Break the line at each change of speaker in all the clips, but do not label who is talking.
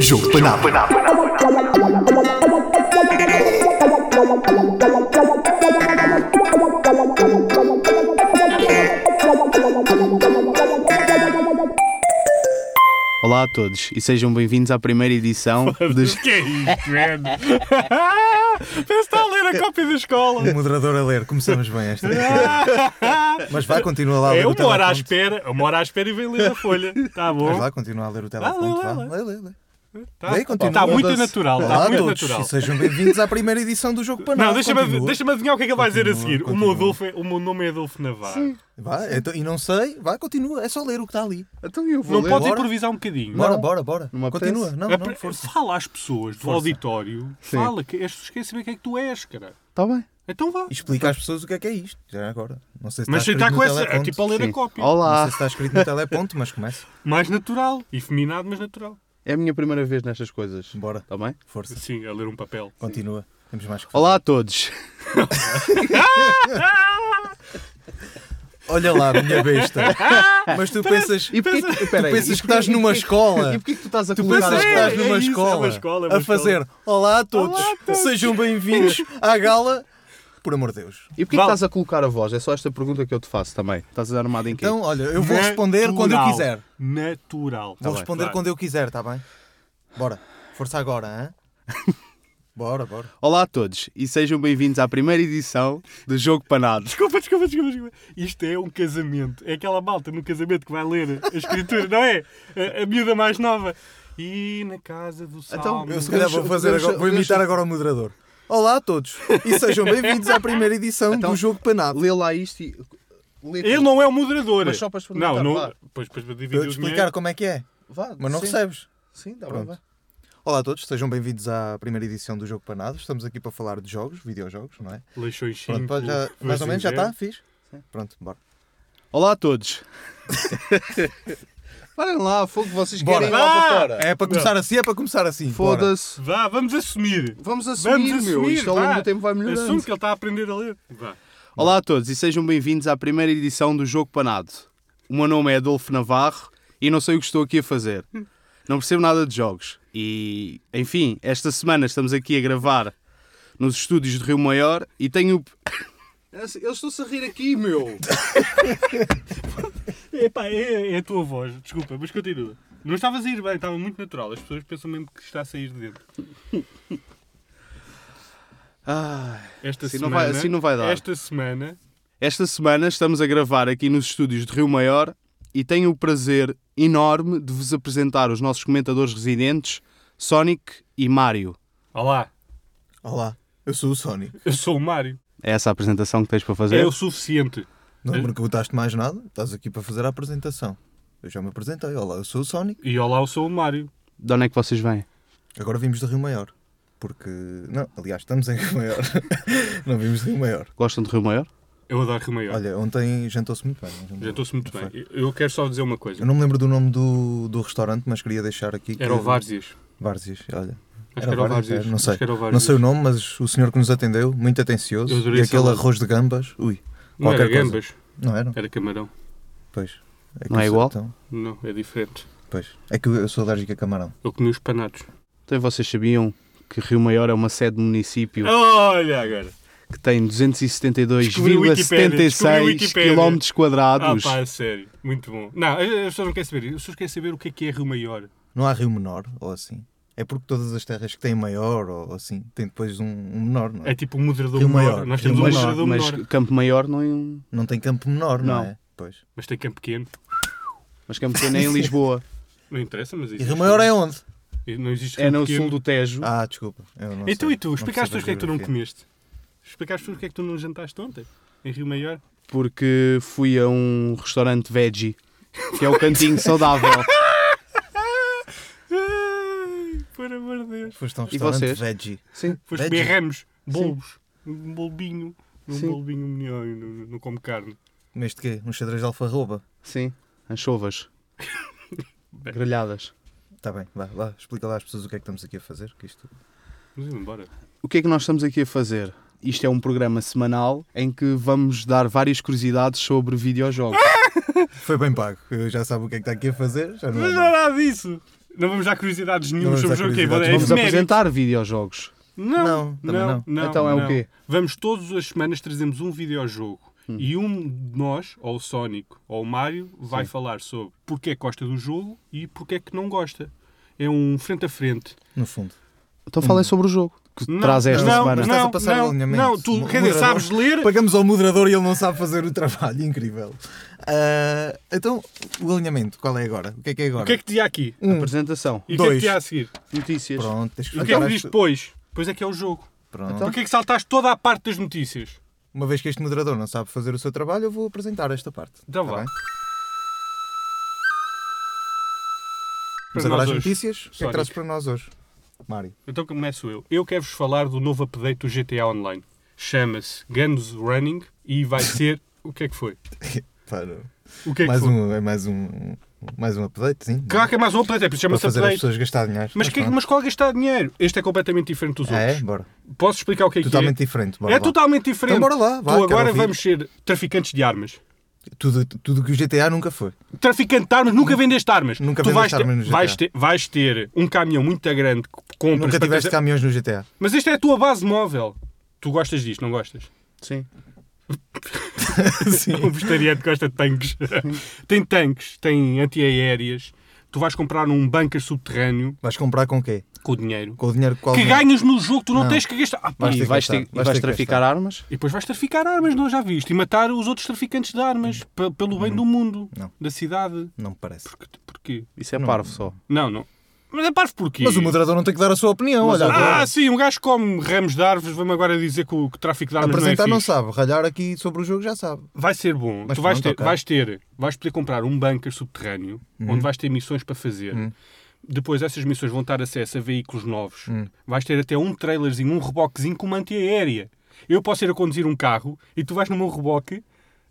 Jogo Panabo.
Olá a todos e sejam bem-vindos à primeira edição dos.
Que é isto, mano? Parece que está a ler a cópia da escola.
O moderador a ler, começamos bem esta. Mas vai, continua lá a ler
É
o
uma hora à
teleponto.
espera, uma hora à espera e vem ler a folha. Está
Mas
bom.
lá, continua a ler o teleponto.
lê,
vá.
lê.
Lê, lê, lê.
Está
Lê, continua.
tá muito
Foda-se.
natural,
Olá
está
a
muito
todos
natural.
E sejam bem-vindos à primeira edição do Jogo Panal.
Não, deixa-me
é Continua.
deixa adivinhar o que é que ele vai dizer a
Continua,
seguir. O meu,
continua.
Adolfo é- o meu nome é Adolfo Navarro.
Vai, então, e não sei, vai, continua. É só ler o que está ali.
Então eu vou
Não
ler.
pode
Bora.
improvisar um bocadinho.
Bora, bora, bora.
Não me apetece.
Continua. Não,
É
não,
pra-
força.
Fala às pessoas do
Força.
auditório. Fala, que as pessoas querem saber quem é que tu és, cara.
Está Tá bem.
Então vá.
E Explica às pessoas o que é que é isto. Já agora. Não sei se
Mas
está
está
escrito
com
no
essa. É
teleponto.
tipo a ler a
Sim.
cópia.
Não
Olá!
sei se está escrito no teleponto, mas começa.
Mais natural. Efeminado, mas natural.
É a minha primeira vez nestas coisas.
Bora.
Está bem?
Força.
Sim, a ler um papel.
Continua. Temos mais que
Olá a todos.
falar. Olha lá, minha besta. Mas tu pensas.
E porquê que,
Tu
peraí,
pensas
e
que estás numa escola.
E porquê que tu estás a
Tu
colocar
pensas que
é,
estás
é
numa
isso, é
escola,
uma escola, é uma
a fazer Olá a todos,
Olá a todos."
sejam bem-vindos à gala, por amor de Deus.
E porquê que
Vale.
estás a colocar a voz? É só esta pergunta que eu te faço também. Estás armado em quê?
Então, olha, eu vou responder quando eu
Natural.
quiser.
Natural.
Vou
bem,
responder
Tá vai.
quando eu quiser, está bem? Bora, força agora, hã? Bora, bora.
Olá a todos e sejam bem-vindos à primeira edição do Jogo Panado.
Desculpa, desculpa, desculpa, desculpa. Isto é um casamento. É aquela malta no casamento que vai ler a escritura, não é? A, a miúda mais nova. E na casa do Salmo.
Eu se
Podemos-
calhar vou fazer
podemos-
agora, vou
podemos-
imitar agora o moderador. Olá a todos e sejam bem-vindos à primeira edição
Então,
do Jogo Panado.
Lê lá isto e. Lê
Ele
tudo.
não é o moderador.
Mas só para experimentar,
Não, não.
vá.
Pois, depois para
Para eu
dividir
te
o
explicar
dinheiro.
como é que é,
Vá,
mas não
sim.
recebes.
Sim, dá
Pronto.
bem. vai.
Olá a todos, sejam bem-vindos à primeira edição do Jogo Panado. Estamos aqui para falar de jogos, videojogos, não é?
Leixões assim.
Pronto,
5.
pá, já- mais ou menos já está, fiz? Pronto, bora.
Olá a todos. Parem lá, fogo, vocês
Bora.
querem ir lá para
Vá!
fora.
É para começar assim, é para começar assim. Bora.
Foda-se.
Vá, vamos assumir.
Vamos assumir,
Vamos assumir.
meu. Isto ao
vá.
longo do tempo vai melhorando.
Assume que ele está a aprender a ler. Vá.
Olá a todos e sejam bem-vindos à primeira edição do Jogo Panado. O meu nome é Adolfo Navarro e não sei o que estou aqui a fazer. Não percebo nada de jogos. E, enfim, esta semana estamos aqui a gravar nos estúdios de Rio Maior e tenho. Eles estão-se a rir aqui, meu!
Epá, é, é a tua voz, desculpa, mas continua. Não estavas a ir bem, estava muito natural. As pessoas pensam mesmo que está a sair de dentro.
Ai.
Esta
Assim não
semana,
vai- assim não vai dar.
Esta semana
Esta semana estamos a gravar aqui nos estúdios de Rio Maior e tenho o prazer enorme de vos apresentar os nossos comentadores residentes, Sonic e Mário.
Olá,
Olá, eu sou o Sony.
eu sou o Mário.
É essa a apresentação que tens para fazer?
É o suficiente.
Não me perguntaste mais nada, estás aqui para fazer a apresentação. Eu já me apresentei. Olá, eu sou o Sonic.
E olá, eu sou o Mário.
De onde é que vocês vêm?
Agora vimos de Rio Maior. Porque. Não, aliás, estamos em Rio Maior. não vimos de Rio Maior.
Gostam de Rio Maior?
Eu adoro Rio Maior.
Olha, ontem jantou-se muito bem. não jantou?
Jantou-se muito bem. Eu quero só dizer uma coisa.
Eu não me lembro do nome do, do restaurante, mas queria deixar aqui. que-
Era o Várzeas.
Várzeas, olha.
Acho que era o Várzeas.
Não sei.
Acho que era o Várzeas.
Não sei o nome, mas o senhor que nos atendeu, muito atencioso.
Eu adorei
E
esse
aquele
salado.
arroz de gambas, ui.
Não era
qualquer coisa.
gambas,
Não era?
era camarão.
Pois. que
Não é
eu-
igual?
então,
Não, é diferente.
pois. É que eu eu sou alérgico a camarão.
Eu comi os panados.
Então vocês sabiam que Rio Maior é uma sede de município
Olha agora.
que tem
Descobri o Wikipédia, descobri
272,76
o Wikipédia.
km
Ah
quadrados.
pá, é sério. Muito bom. Não, as as pessoas não querem saber. As pessoas querem saber o que é que é Rio Maior.
Não há rio menor, ou assim. É porque todas as terras que têm maior, ou assim, têm depois um, um menor, não é?
É tipo um moderador
Rio
menor.
Maior.
Nós temos
Rio
um
mas,
Maior.
moderador
mas
menor.
Campo Maior não é
Não tem campo menor, não,
Não.
é? Pois.
Mas tem campo pequeno.
Mas Campo Pequeno é em Lisboa.
Não interessa, mas
E
existe.
rio maior é onde?
Não existe
é
campo
no
pequeno.
sul do Tejo.
Ah, desculpa. eu não
Então
sei.
e tu?
Não
Explicaste
percebo
o que é que tu não
geografia.
comeste? Explicaste o que é que tu não jantaste ontem? Em Rio Maior?
Porque fui a um restaurante veggie, que é o cantinho saudável.
Ai, por amor de Deus.
Foste a um
E
restaurante
vocês?
veggie.
Sim.
Foste
Veggie?
beber ramos, bulbos, um bolbinho. Um
Sim.
bolbinho melhor, eu não, não como carne.
Comeste quê? Um xadrez de alfarroba?
Sim. Anchovas. Grelhadas.
Está Tá bem, vá, lá, explica lá às pessoas o que é que estamos aqui a fazer. Que isto...
Vamos ir embora.
O que é que nós estamos aqui a fazer? Isto é um programa semanal em que vamos dar várias curiosidades sobre videojogos.
Foi bem pago. Eu já sabe o que é que está aqui a fazer. Já não é
Mas não
nada.
há nada disso. Não vamos dar curiosidades nenhuma
vamos
sobre o
dar
jogo. que é- é
curiosidades.
Vamos
efemérides.
apresentar videojogos.
Não,
Não,
não,
também não.
Então é o
não.
quê?
Vamos todas as semanas trazemos um videojogo e um de nós, ou o Sonic, ou o Mario, vai falar sobre porque é que gosta do jogo e porque é que não gosta. É um frente a frente.
No fundo.
Então falem sobre o jogo que
Não,
traz esta
não,
semana.
mas
Não,
estás a passar
não,
alinhamento.
não, tu, quer dizer,
Moderador.
sabes ler?
Pagamos ao moderador e ele não sabe fazer o trabalho. Incrível. Ah, então, o alinhamento, qual é agora? O que é que é agora?
O que é que tinha aqui?
Apresentação.
E o que é que
Dois. Então,
tinha a seguir?
Notícias.
Pronto, deixa
E o que é que
Agora-
diz depois? Pois é que é o jogo.
Pronto.
Então-
Porquê é que saltaste toda a parte das notícias?
Uma vez que este moderador não sabe fazer o seu trabalho, eu vou apresentar esta parte.
Então
Tá
vá.
bem?
Para
Vamos agora
nós
às
hoje.
notícias. O que é
Sónico.
que trazes para nós hoje? Mário.
Então começo eu. Eu quero-vos falar do novo update do GTA Online. Chama-se Guns Running e vai ser... O que é que foi?
Para.
O que é que
mais
foi?
um, é mais um, mais um update, sim.
Claro que é mais um update, é por isso
para
chama-se
fazer as
update.
pessoas gastar dinheiro.
Mas, que,
pronto.
mas qual é que está dinheiro? Este é completamente diferente dos
Ah,
outros.
é? Bora.
Posso explicar o que é
Totalmente
que é?
diferente. Bora
é
lá.
totalmente diferente.
Então bora lá,
tu
vá, quero
agora
ouvir.
vamos ser traficantes de armas.
Tudo, tudo que o GTA nunca foi.
Então, Traficante de armas, nunca vendeste armas.
Nunca
tu vais
vendeste armas no
ter,
GTA.
vais, ter, vais ter um caminhão muito grande que compras.
nunca
para trazer-
tiveste caminhões no GTA.
Mas esta é a tua base móvel. Tu gostas disto, não gostas?
Sim.
O Um vegetariano gosta de tanques. tem tanques, tem antiaéreas. Tu vais comprar um bunker subterrâneo
Vais comprar com o quê?
com o dinheiro.
Com o dinheiro que qual
Que ganhas no jogo, tu não,
Não.
tens que gastar. Ah, pá,
Vais
E
ter
vais,
que gastar,
ter- e
vais
vais
ter que
traficar armas?
E depois vais traficar armas, não já viste? E matar os outros traficantes de armas pe- pelo bem do mundo,
Hum. Não.
da cidade.
Não me parece.
Porque- Porquê?
Isso é parvo só.
Não, não. Mas é parvo porquê?
Mas o é moderador não tem que dar a sua opinião.
Mas
olha,
Ah,
agora.
sim, um gajo come ramos de árvores, vamos agora dizer que o, que o tráfico de armas
apresentar
não é
não
fixe.
sabe. Ralhar aqui sobre o jogo já sabe.
Vai ser bom.
Mas
tu vais,
pronto,
ter,
ok.
vais ter, vais poder comprar um bunker subterrâneo
Uhum.
onde vais ter missões para fazer. Depois essas missões vão estar acesso a veículos novos.
Uhum.
Vais ter até um trailerzinho, um reboquezinho com uma antiaérea. Eu posso ir a conduzir um carro e tu vais no meu reboque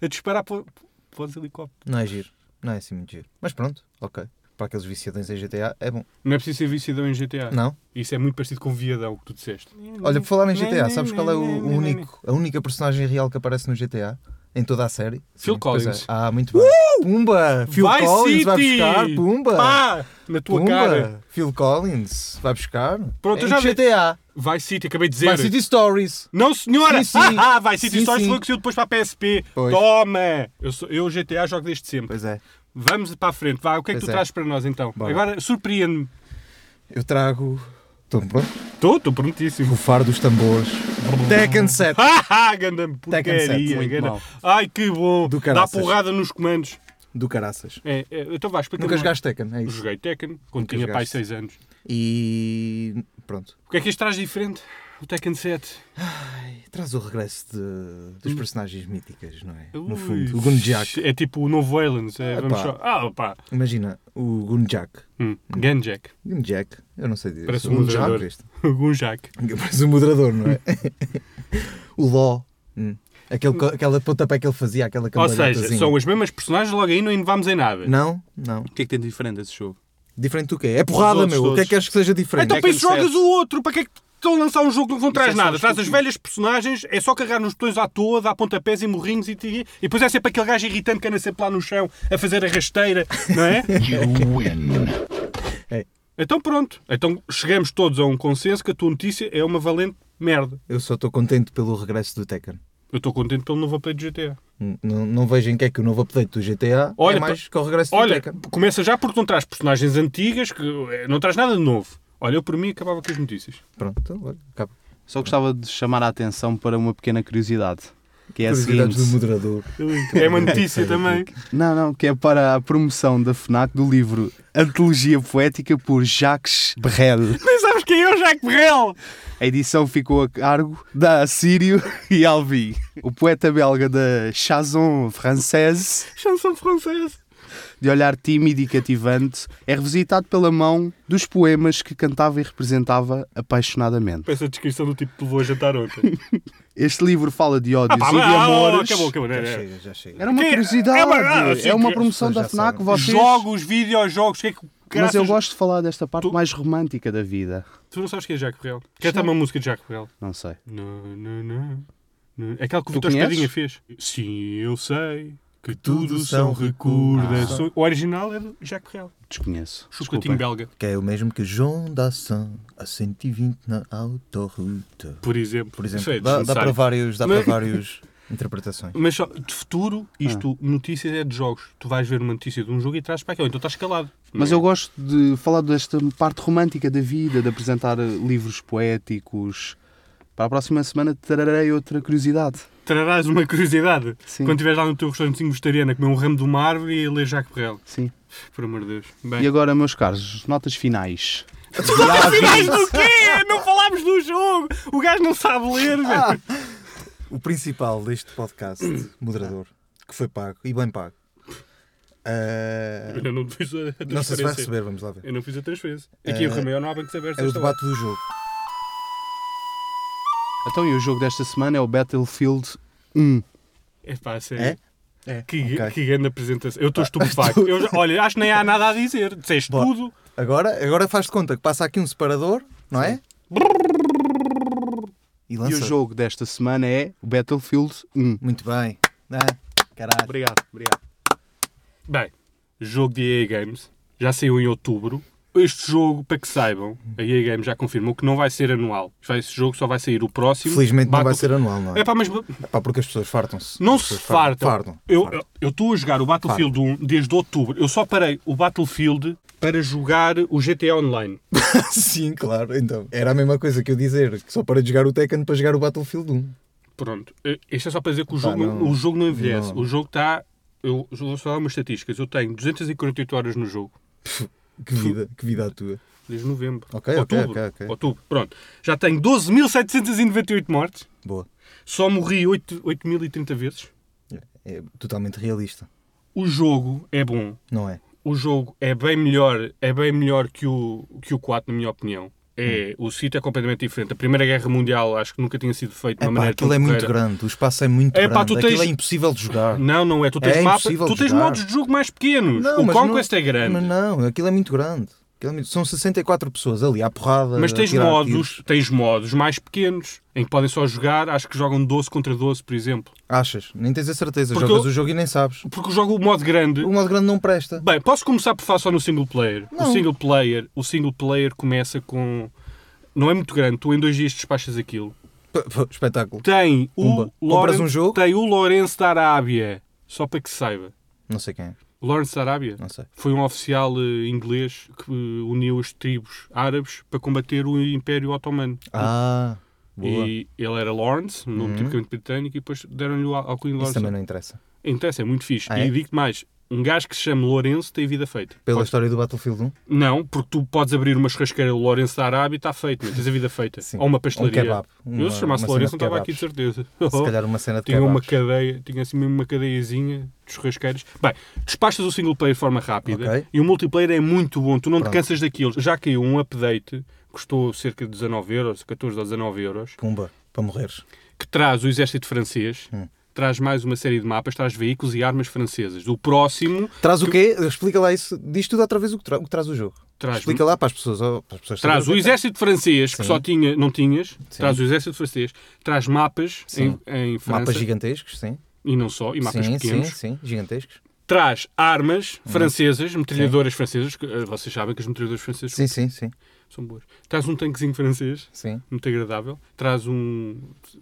a disparar para, para os helicópteros.
Não é giro. Não é assim muito giro. Mas pronto, ok. Para aqueles viciadões em GTA é bom.
Não é preciso ser viciadão em GTA.
Não?
Isso é muito parecido com o viadão que tu disseste.
Olha, por falar em GTA, sabes qual é o, o único, a única personagem real que aparece no GTA? Em toda a série?
Phil
pois
Collins.
é. Ah, muito bem. Pumba! Phil
vai
Collins
City!
vai buscar. Pumba!
Pá! Na tua
Pumba!
cara.
Phil Collins vai buscar.
Pronto,
É
eu já vi.
GTA.
Vai City, acabei de dizer.
Vai City Stories.
Não, senhora!
Sim, sim.
Ah, ah, vai City
Sim,
Stories
sim.
foi o que saiu depois para a PSP.
Pois.
Toma! Eu, sou, eu GTA jogo desde sempre.
Pois é.
Vamos para a frente. Vá, o que é que
Pois
tu
é.
trazes para nós então?
Bora.
Agora, surpreende-me.
Eu trago. Estão pronto?
Estou, estou prontíssimo.
O far dos tambores. Tekken 7.
Haha, ganda
Tekken sete,
porcaria.
muito
ganda-
mal.
Ai que bom.
Do
Dá
caraças.
porrada nos comandos.
Do caraças.
É, é, então vá, explica-me.
Nunca
lá.
jogaste Tekken, é isso.
Joguei Tekken quando
Nunca
tinha pai
jogaste.
6 anos.
E. Pronto.
O que é que isto traz de diferente? O Tekken 7.
Traz o regresso de- dos personagens míticas, não é? No
Ui,
fundo. O Gunjak.
É tipo o novo Violence. É,
Ah,
vamos
pá.
só. Ah, pá.
Imagina, o Gunjak.
Hum. Gunjack.
Gunjak, eu não sei dizer.
Parece
isso.
um moderador.
este.
Gunjack.
Parece um moderador, não é? o Ló. Hum. Aquele, co- aquela pontapé que ele fazia, aquela
Ou seja,
cambalhotazinha.
são as mesmas personagens, logo aí não inovámos em nada.
Não, não.
O que é que tem de diferente desse jogo?
Diferente do quê? É porrada,
outros
meu. O que
todos.
é que queres que seja diferente?
Então
Tekken
para isso jogas
7.
o outro, para que é que estão a lançar um jogo que não vão traz
Isso é só
nada? Traz as
estúpido.
velhas personagens, é só carregar nos botões à toa, dar pontapés e morrinhos e, ti- e depois é sempre aquele gajo irritante que anda sempre lá no chão a fazer a rasteira, não é?
É.
Então pronto, então chegamos todos a um consenso que a tua notícia é uma valente merda.
Eu só estou contente pelo regresso do Tekken.
Eu estou contente pelo novo update do GTA.
N- Não, não vejo em que é que o novo update do GTA
Olha,
é mais que o regresso do
Olha,
Tekken.
começa já porque não traz personagens antigas, que eh, não traz nada de novo. Olha, eu por mim acabava com as notícias.
Pronto, então, olha, acaba.
Só gostava de chamar a atenção para uma pequena curiosidade. Que é a
Curiosidades
seguinte.
do moderador.
É uma notícia também.
Não, não, que é para a promoção da FNAC do livro Antologia Poética por Jacques Berrel.
Nem sabes quem é o Jacques Berrel!
A edição ficou a cargo da Assírio e Alvi. O poeta belga da chanson française,
Chanson francesa!
de olhar tímido e cativante, é revisitado pela mão dos poemas que cantava e representava apaixonadamente.
Peço a descrição do tipo que levou a jantar ontem.
Este livro fala de ódios
pá,
e de
ah,
amores.
acabou, acabou. não,
Já
não, não.
chega, já chega.
Era uma
Que-
curiosidade.
é
É uma,
uma- ah, assim que-
promoção
As
da
pessoas já
FNAC.
sabem.
Vocês...
Jogos, videojogos, o que é que
Mas eu
caraças-
gosto de falar desta parte
Tu-
mais romântica da vida.
Tu não sabes quem é Jacques Berrel? Canta uma música de Jacques Berrel.
Não sei.
Não, não, não. não. É aquela que o
Tu
Vitor
conheces?
Espadinha fez. Sim, eu sei. Que tudo são recordações. O original é do Jacques Real.
Desconheço. Desculpem.
Chocolatinho belga,
Que é o mesmo que João Dassin a 120 na autoroute.
por exemplo.
Por
Isso é
exemplo, dá, dá
desnecessário.
para
é?
vários, dá para
Mas-
vários interpretações.
Mas só, de futuro, isto, notícias é de jogos. Tu vais ver uma notícia de um jogo e trazes para aqui. Ou então estás calado.
Mas
Não
eu gosto de falar desta parte romântica da vida, de apresentar eh, livros poéticos. Para a próxima semana trarei outra curiosidade.
é? Trarás uma curiosidade.
Sim.
Quando estiveres lá no teu restaurantezinho vegetariano a comer um ramo de uma árvore e a ler Jacques Brel.
Sim.
Por amor de Deus.
E
Bem.
agora, meus caros, notas finais.
Finais do quê? Não falámos do jogo! O gajo não sabe ler,
Ah.
velho.
O principal deste podcast, moderador, que foi pago e bem pago. Ah,
Eu não fiz a
não sei se vai
transferência.
receber, vamos lá ver.
Eu não fiz a transferência. Aqui em
Eh,
Romeu não há bancos abertos.
É o
esta
debate do jogo.
Então, e o jogo desta semana é o Battlefield 1.
É pá, sério.
É? É.
Que,
Ok. Ah.
que grande apresentação. Eu estou estupefacto. Eu já- olha, acho que nem há nada a dizer. Disseste
Bora.
tudo.
Agora, agora faz de conta que passa aqui um separador, não é? E
E
lança.
o jogo desta semana é o Battlefield 1.
Muito bem. Ah, caralho.
Obrigado, obrigado.
Bem, jogo de EA Games. Já saiu em outubro. Este jogo, para que saibam, a EA Games já confirmou que não vai ser anual. Este jogo só vai sair o próximo.
Felizmente não vai
Battlefield-
ser anual, não é?
É pá, mas
Pá, porque as pessoas fartam-se.
não
As
se
pessoas
fartam.
Fartam.
Eu
fartam.
eu- eu estou a jogar o Battlefield 1 desde outubro. Eu só parei o Battlefield para jogar o GTA Online.
Sim, claro. Então, era a mesma coisa que eu dizer que só para de jogar o Tekken para jogar o Battlefield 1.
Pronto. Eh, Isto é só para dizer que o
Pá,
jogo, não,
não-
o jogo não envelhece.
não.
O jogo está. Eu eu vou só dar umas estatísticas. Eu tenho 248 horas no jogo.
Que vida, que vida a tua.
Desde novembro.
Ok, ok,
outubro.
ok, ok.
Outubro. Pronto. Já tenho 12.798 mortes.
Boa.
Só morri 8 8.030 vezes.
É totalmente realista,
O jogo é bom.
não é?
O jogo é bem melhor, é bem melhor que, o, que o 4, na minha opinião. É,
Hum.
O sítio é completamente diferente. A Primeira Guerra Mundial acho que nunca tinha sido feito de
É
uma
pá,
maneira tão
aquilo é muito
porreira.
grande, o espaço é muito
É pá,
grande,
tu
aquilo
tens-
é impossível de jogar.
Não, não é. Tu tens,
É
mapa-
impossível
tu tens
jogar.
modos de jogo mais pequenos.
Não,
o
mas
Conquest
não-
é grande.
Mas
Mas,
não, aquilo é muito grande. Aquilo é muito- São 64 pessoas ali à porrada. a
tens
tirar
modos,
tiros.
tens modos mais pequenos em que podem só jogar, acho que jogam 12 contra 12, por exemplo.
Achas? Nem tens a certeza.
Porque
Jogas
eu-
o jogo e nem sabes.
Porque o jogo o modo grande.
O modo grande não presta.
Bem, posso começar por falar só no single player.
Não.
O single player, o single player começa com não é muito grande, tu em dois dias despachas aquilo.
P- p- Espetáculo.
Tem o
Pumba. Compras
Lawrence,
um jogo?
tem o Lawrence da Arábia, só para que se saiba.
Não sei quem é.
O Lawrence da Arábia
Não sei.
foi um oficial eh, inglês que eh, uniu as tribos árabes para combater o Império Otomano.
Ah, boa. Uhum.
E ele era Lawrence, um nome tipicamente britânico, e depois deram-lhe o al- alcunho de
Isso
Lawrence.
também não interessa.
Interessa, é muito fixe.
Ah, é?
E digo-te mais, um gajo que se chama Lourenço tem vida feita.
Pela
Podes-
história do Battlefield 1?
Não, porque tu podes abrir uma churrasqueira do Lourenço da Arábia e está feito, não é? tens a vida feita.
Sim.
Ou uma
Um
pastelaria.
kebab. Uma-
eu se
uma
chamasse
cena
Lourenço não
de
estava aqui de
kebabs.
certeza.
Se calhar uma cena de
Oh. tinha uma
kebabs.
cadeia, tinha assim mesmo uma cadeiazinha de churrasqueiros. Bem, despachas o single player de forma rápida
Ok.
e o multiplayer é muito bom, tu não
Pronto.
te cansas daquilo. Já caiu um update, custou cerca de 19 euros, 14 ou 19 euros,
Pumba, para morreres.
que traz o exército francês,
Hum.
traz mais uma série de mapas, traz veículos e armas francesas. O próximo
Traz o quê? Explica lá isso. Diz tudo outra vez o que, tra- o que traz o jogo.
Traz-
Explica lá para as pessoas. ó, para as pessoas
Traz o
saberem que
exército francês, que
Sim.
só tinha, não tinhas, traz o exército francês, traz mapas
Sim.
em, em
é. Mapas
França,
gigantescos, sim.
e não só, e mapas
sim, sim, Uhum.
pequenos,
sim. Gigantescos.
traz armas francesas, metralhadoras francesas, que, eh, vocês sabem que as metralhadoras francesas
Sim, sim, sim.
são boas. Traz um tanquezinho francês,
sim.
muito agradável, traz um,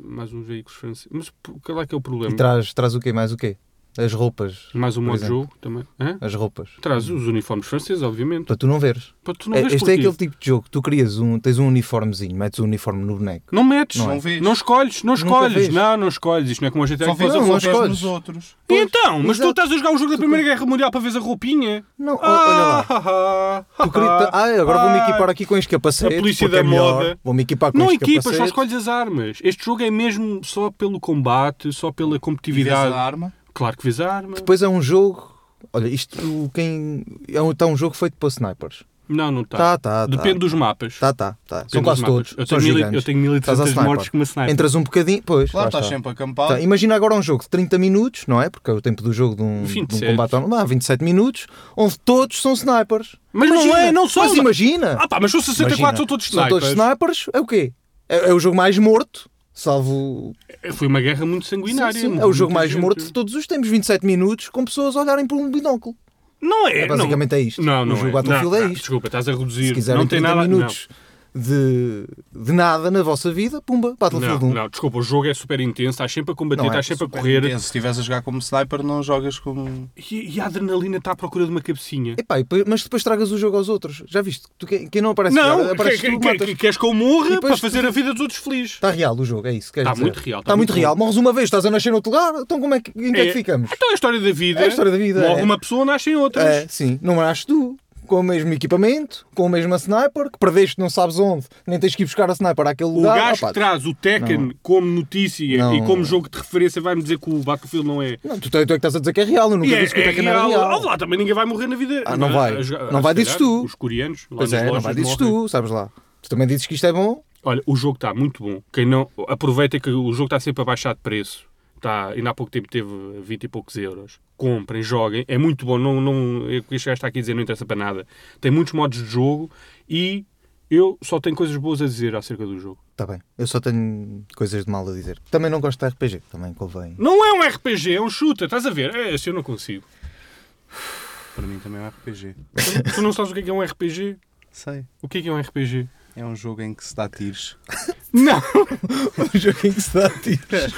mais uns veículos franceses, mas por- qual é que é o
E
problema?
traz, traz o quê? Mais o quê? As roupas.
Mais um
por
modo de
exemplo.
jogo também, Hã?
As roupas.
traz os uniformes franceses, obviamente,
Para tu não veres.
para tu não
É,
vês
este é
porquê.
aquele tipo de jogo. que Tu crias um, tens um uniformezinho, metes o uniforme no boneco.
Não metes,
Não
não,
é.
vês.
escolhes, não
Nunca
escolhes,
vês.
não, não escolhes, isto não é como a GTA
Só um
que faz
vês
não,
a
não
foto
escolhes.
nos outros.
E então, mas
exato.
tu estás a jogar o jogo da Primeira Guerra Mundial para ver a roupinha?
Não, o- olha lá.
ah,
Tu queria- Ah, agora vou-me
ah.
equipar aqui com este capacete.
A polícia
porque é
da
melhor.
moda.
Vou-me equipar com
Não
este
equipas, só
capacete.
escolhes as armas. Este jogo é mesmo só pelo combate, só pela competitividade.
arma.
Claro que vês a arma.
Depois é um jogo. Olha, isto quem. Está é um, tá um jogo feito para snipers.
Não, não está.
Tá, tá, tá.
Depende dos mapas.
Tá, tá, tá. São
Depende
quase
dos mapas.
todos.
Eu
São
tenho, mil,
gigantes.
eu tenho
Estás a
1300
sniper.
mortes com uma sniper.
Entras um bocadinho. Pois.
Claro,
lá
estás
está.
sempre acampado.
Tá, imagina agora um jogo de 30 minutos, não é? Porque é o tempo do jogo de um, de um
27.
combate. ao- Ah, 27 minutos, onde todos são snipers.
Mas não é, não são.
Mas imagina.
Ah pá, mas são 64,
tá. Imagina,
são todos
São
snipers.
todos snipers, é o quê? É, é o jogo mais morto Salvo.
Foi uma guerra muito sanguinária.
Sim, sim, é o
morreu
jogo
muita
mais
gente.
morto de todos os tempos, 27 minutos, com pessoas a olharem por um binóculo.
Não é, não.
basicamente é isto.
Não,
O
não
jogo
é.
Battlefield
Não,
é
não,
isto.
Desculpa, estás a reduzir.
Se quiserem
não tem
30
nada.
minutos de, de nada na vossa vida, pumba,
Não,
Battlefield
não,
1.
não, desculpa, o jogo é super intenso, estás sempre a combater,
Não é,
estás sempre a
Super
correr
intenso. Se estiveres a jogar como sniper, não jogas como.
e, e a adrenalina está à procura de uma cabecinha.
Epá, e depois- mas depois tragas o jogo aos outros. Já viste? Tu, quem, quem não aparece
não,
nada, aparece
que-
tu,
que-
matas.
que- queres que eu morra
depois
para fazer a vida dos outros feliz.
Está real o jogo, é isso.
Está Tá muito real,
Está
está
muito
muito
real. Morres uma vez, estás a nascer noutro lugar, então como é que, em que é, que ficamos?
Então é a história da vida.
É a história da vida,
Morre
é.
uma pessoa, nascem outras.
É, sim, não nasces tu. Com o mesmo equipamento, com a mesma sniper, que perdeste não sabes onde, nem tens que ir buscar a sniper àquele
O
lugar.
gajo
Opá,
que traz o Tekken como notícia
Não.
e como jogo de referência vai-me dizer que o Battlefield não é.
Não, tu, tu é que estás a dizer que é real, eu nunca
E é,
disse que o
é
Tekken era
real.
real.
Ó, lá, também ninguém vai morrer na vida. é?
Ah, não vai.
A jogar-
Não
a
vai,
se
dizes
calhar,
tu.
Os coreanos. Lá
Pois
nas
é, não
lojas
vai dizes
morrem.
tu, sabes lá. Tu também dizes que isto é bom,
Olha, o jogo está muito bom. Quem não aproveita que o jogo está sempre a baixar de preço. Está, ainda há pouco tempo teve 20 e poucos euros. Comprem, joguem. É muito bom. Não, não, eu- este gajo está aqui a dizer não interessa para nada. Tem muitos modos de jogo e eu só tenho coisas boas a dizer acerca do jogo.
Está Tá bem. Eu só tenho coisas de mal a dizer. Também não gosto de RPG. Também convém.
Não é um RPG, é um shooter. Estás a ver? É, assim eu não consigo.
Para mim também é um RPG.
Tu não sabes o que é, que é um RPG?
Sei.
O que é, que é um RPG?
É um jogo em que se dá tiros.
Não!
o jogo em que se dá tiros.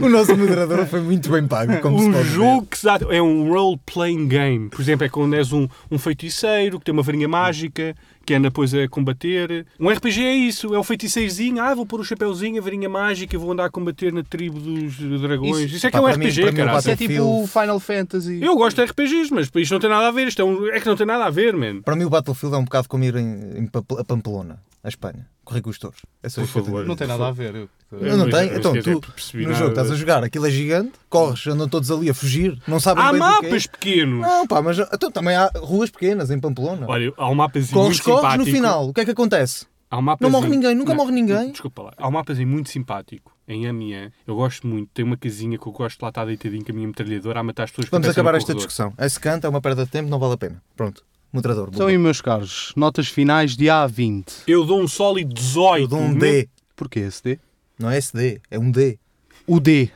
o nosso moderador foi muito bem pago, como se
um
pode ver.
jogo que se dá, é um role-playing game. Por exemplo, é quando és um, um feiticeiro que tem uma varinha mágica que anda depois a combater. Um RPG é isso, é um feiticeirozinho. Ah, vou pôr o chapéuzinho, a varinha mágica e vou andar a combater na tribo dos dragões. Isso,
Isso-
é que
pá,
é um
para mim-
RPG,
para mim é
caralho.
Battlefield.
Isso é tipo Final Fantasy.
Eu gosto de RPGs, mas isto não tem nada a ver. Isto é, um- é que não tem nada a ver, man.
Para mim o Battlefield é um bocado como ir em, em Pamp- a Pamplona, a Espanha. Correr com os touros. É só
Por
isso que eu
favor.
tenho.
Não tem nada a ver. eu-
Não, não
Mas,
tem.
mas
Então,
quer dizer,
tu,
percebi
no
nada.
jogo estás a jogar, aquilo é gigante, corres, andam todos ali a fugir, não sabem
Há
bem do que é.
Ah, mapas pequenos.
Não, pá, mas então, também há ruas pequenas em Pamplona.
Olha, há um mapazinho
corres,
muito simpático.
corres, no final, o que é que acontece?
Há um mapa
Não morre ninguém, nunca morre ninguém.
Desculpa lá. Há um mapazinho muito simpático em Amiens. Eu gosto muito. Tem uma casinha que eu gosto de lá estar deitadinho com a minha metralhadora a matar as pessoas que
Vamos
passam
acabar
no
esta
corredor.
discussão. Esse canto é uma perda de tempo, não vale a pena. Pronto. Moderador.
Então,
boa.
e meus caros, notas finais de A20.
Eu dou um sólido 18.
Eu dou um D.
Porquê esse D?
Não é SD, é um D.
O D.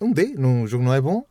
É um D. Num jogo não é bom?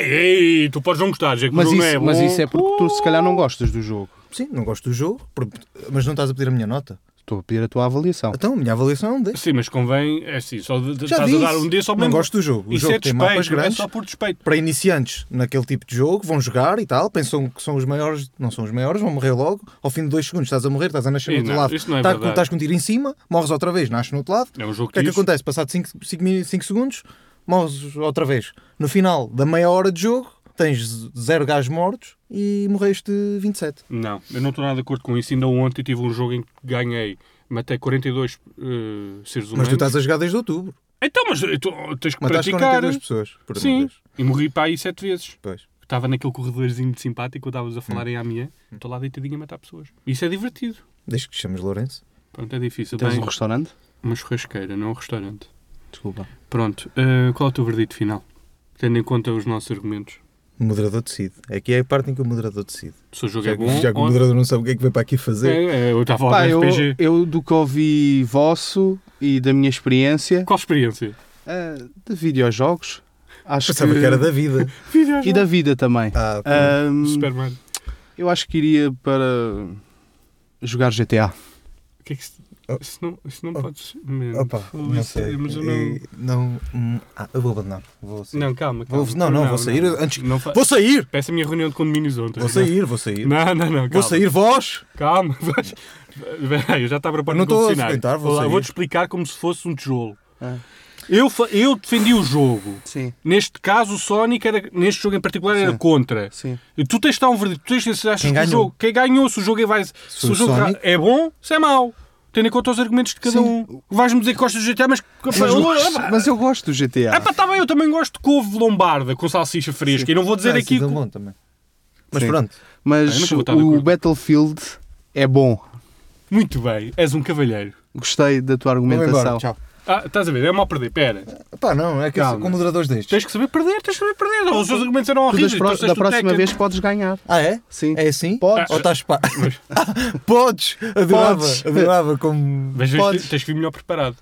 Ei, tu podes não gostar, dizer que
Mas
o
isso,
jogo não é bom. Uh!
mas isso é porque tu se calhar não gostas do jogo.
Sim, não gosto do jogo, por- mas não estás a pedir a minha nota.
Estou a pedir a tua avaliação.
Então, a minha avaliação é um D.
Sim, mas convém... É assim, só de- de-
Já
estás
disse.
a dar um D só
Não
mesmo-
gosto do jogo. O
Isso
jogo
é
tem
despeito,
mapas grandes.
é só por despeito.
Para iniciantes naquele tipo de jogo, vão jogar e tal, pensam que são os maiores, não são os maiores, vão morrer logo. Ao fim de dois segundos estás a morrer, estás a nascer
Ih,
no outro
não,
lado,
isso não é
estás, com-
verdade.
estás com um tiro em cima, morres outra vez, nasces no outro lado.
É um jogo
O que é que
disso.
acontece? Passado 5 segundos, morres outra vez. No final da meia hora de jogo, tens z- zero gajos mortos e morreste 27.
Não, eu não estou nada de acordo com isso. Ainda ontem tive um jogo em que ganhei, matei 42 eh, seres
Mas
humanos.
tu estás a jogar desde outubro.
Então, mas eh, tu, tens que
Mataste
praticar.
42 pessoas. Por amor de
Sim,
Deus.
e morri para aí sete vezes.
Pois.
Estava naquele corredorzinho de simpático, estavas a
Hum.
falar em Amiens, estou lá deitadinho a matar pessoas. Isso é divertido.
Desde que te chames Lourenço.
Pronto, é difícil.
Tens
Bem,
um restaurante?
uma churrasqueira, não um restaurante.
Desculpa.
Pronto, eh, qual é o teu verdito final? Tendo em conta os nossos argumentos.
O moderador decide. Aqui é a parte em que o moderador decide.
Se o jogo
Já,
é bom.
já que o
ou-
moderador não sabe o que é que veio para aqui fazer.
É, é, eu estava a falar
Pá,
de
eu,
RPG.
eu do que ouvi vosso e da minha experiência
Qual experiência?
eh, de videojogos, acho
Pensava
que,
que era da vida.
e da vida também.
Ah, ok.
Ahm,
Superman.
eu acho que iria para jogar GTA.
O que é que se...
Oh.
Isso não, isso não
Oh.
pode ser. Man,
Opa,
foda-se,
não sei.
Mas eu não...
E- não... hum, ah, eu vou abandonar. Vou sair.
Não, calma, calma.
Vou- não, não, vou sair antes-
Não fa...
Vou sair!
Peço a minha reunião de condomínios ontem.
Vou sair, vou sair.
Não, não, não. Calma.
Vou sair, vós!
Calma, vais- Espera aí, eu já estava a preparar
Não
o
estou a
confessionário.
sustentar, vou
Olha lá,
sair.
Vou-te explicar como se fosse um tijolo.
Ah.
Eu, fa- eu defendi o jogo.
Sim,
Neste caso, o Sonic, era, neste jogo em particular, era
Sim.
contra.
sim.
E tu tens de dar um verdito. Tu tens de se achas
Quem
que o
ganhou?
jogo. Quem ganhou, se o jogo é, vai, se
Se o
o jogo
Sonic-
é bom, se é mau. Tendo em conta os argumentos de cada
Sim.
um. Vais-me dizer que gostas de GTA, mas.
Mas, eu
Olá,
gosto,
pá.
mas eu gosto do GTA.
Ah, pá, tá bem, eu também gosto de couve lombarda com salsicha fresca. E não vou dizer
Ah,
aqui.
isso é
que-
bom também. Mas
Sim.
pronto.
Mas
Ah, eu nunca vou estar de
o
acordo.
Battlefield é bom.
Muito bem, és um cavalheiro.
Gostei da tua
Vou embora,
argumentação.
tchau.
Ah, estás a ver? É mal perder, pera.
Pá, não, é que eu sou
Calma.
com moderadores destes.
Tens que saber perder, tens que saber perder. Os seus argumentos eram
Tu das
horríveis.
pro-
Oh, trouxeste
da
o
próxima
Tekken.
vez podes ganhar.
Ah, é?
Sim.
É assim?
Podes.
Ou estás pá?
Mas-
Podes! Adorava,
Podes.
adorava como.
Mas vês,
Podes.
tens que vir melhor preparado.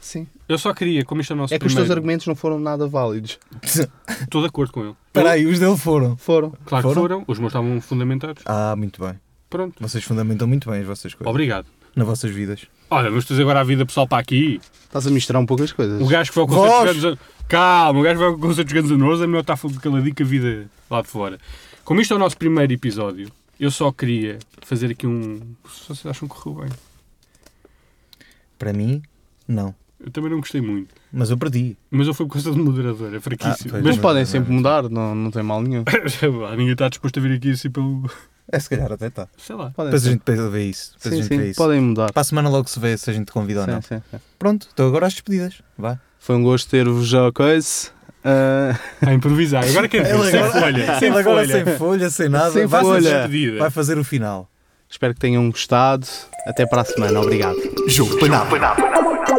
Sim.
Eu só queria, como isto é o nosso
É que os
primeiro,
teus argumentos não foram nada válidos.
estou de acordo com ele.
Espera aí, os dele foram.
Foram.
Claro que
Foram?
foram, os meus estavam fundamentados.
Ah, muito bem.
Pronto.
Vocês fundamentam muito bem as vossas coisas.
Obrigado.
Nas vossas vidas.
Olha, vamos trazer agora a vida pessoal para aqui.
Estás a misturar um pouco as coisas.
O gajo que foi ao concerto
Vós!
dos Guns N' Calma, o gajo que foi ao concerto dos Guns N' Roses, é melhor estar caladinho que a vida lá de fora. Como isto é o nosso primeiro episódio, eu só queria fazer aqui um... Se vocês acham que correu bem.
Para mim, não.
Eu também não gostei muito.
Mas eu perdi.
Mas eu fui por causa do moderador, é fraquíssimo.
Ah, pois.
Mas
Mas
podem sempre mudar, não, não tem mal nenhum.
pá, ninguém está disposto a vir aqui assim pelo...
É, se calhar até está.
Sei lá.
Podem
Depois a
sempre.
gente vê isso. Depois a
Sim,
gente vê
sim,
isso.
podem mudar.
Para a semana logo se vê se a gente convida ou não.
Sim, sim, sim.
Pronto, estou agora às despedidas. Vai.
Foi um gosto ter-vos a coisa. Ah,
A improvisar. Agora quer dizer, sem folha. Sem
Ele agora
folha.
sem folha, sem nada.
Sem
vai fazer-
folha.
Despedida.
vai fazer o final.
espero que tenham gostado. Até para a semana. Obrigado.
Jogo Panabo.
Panapa.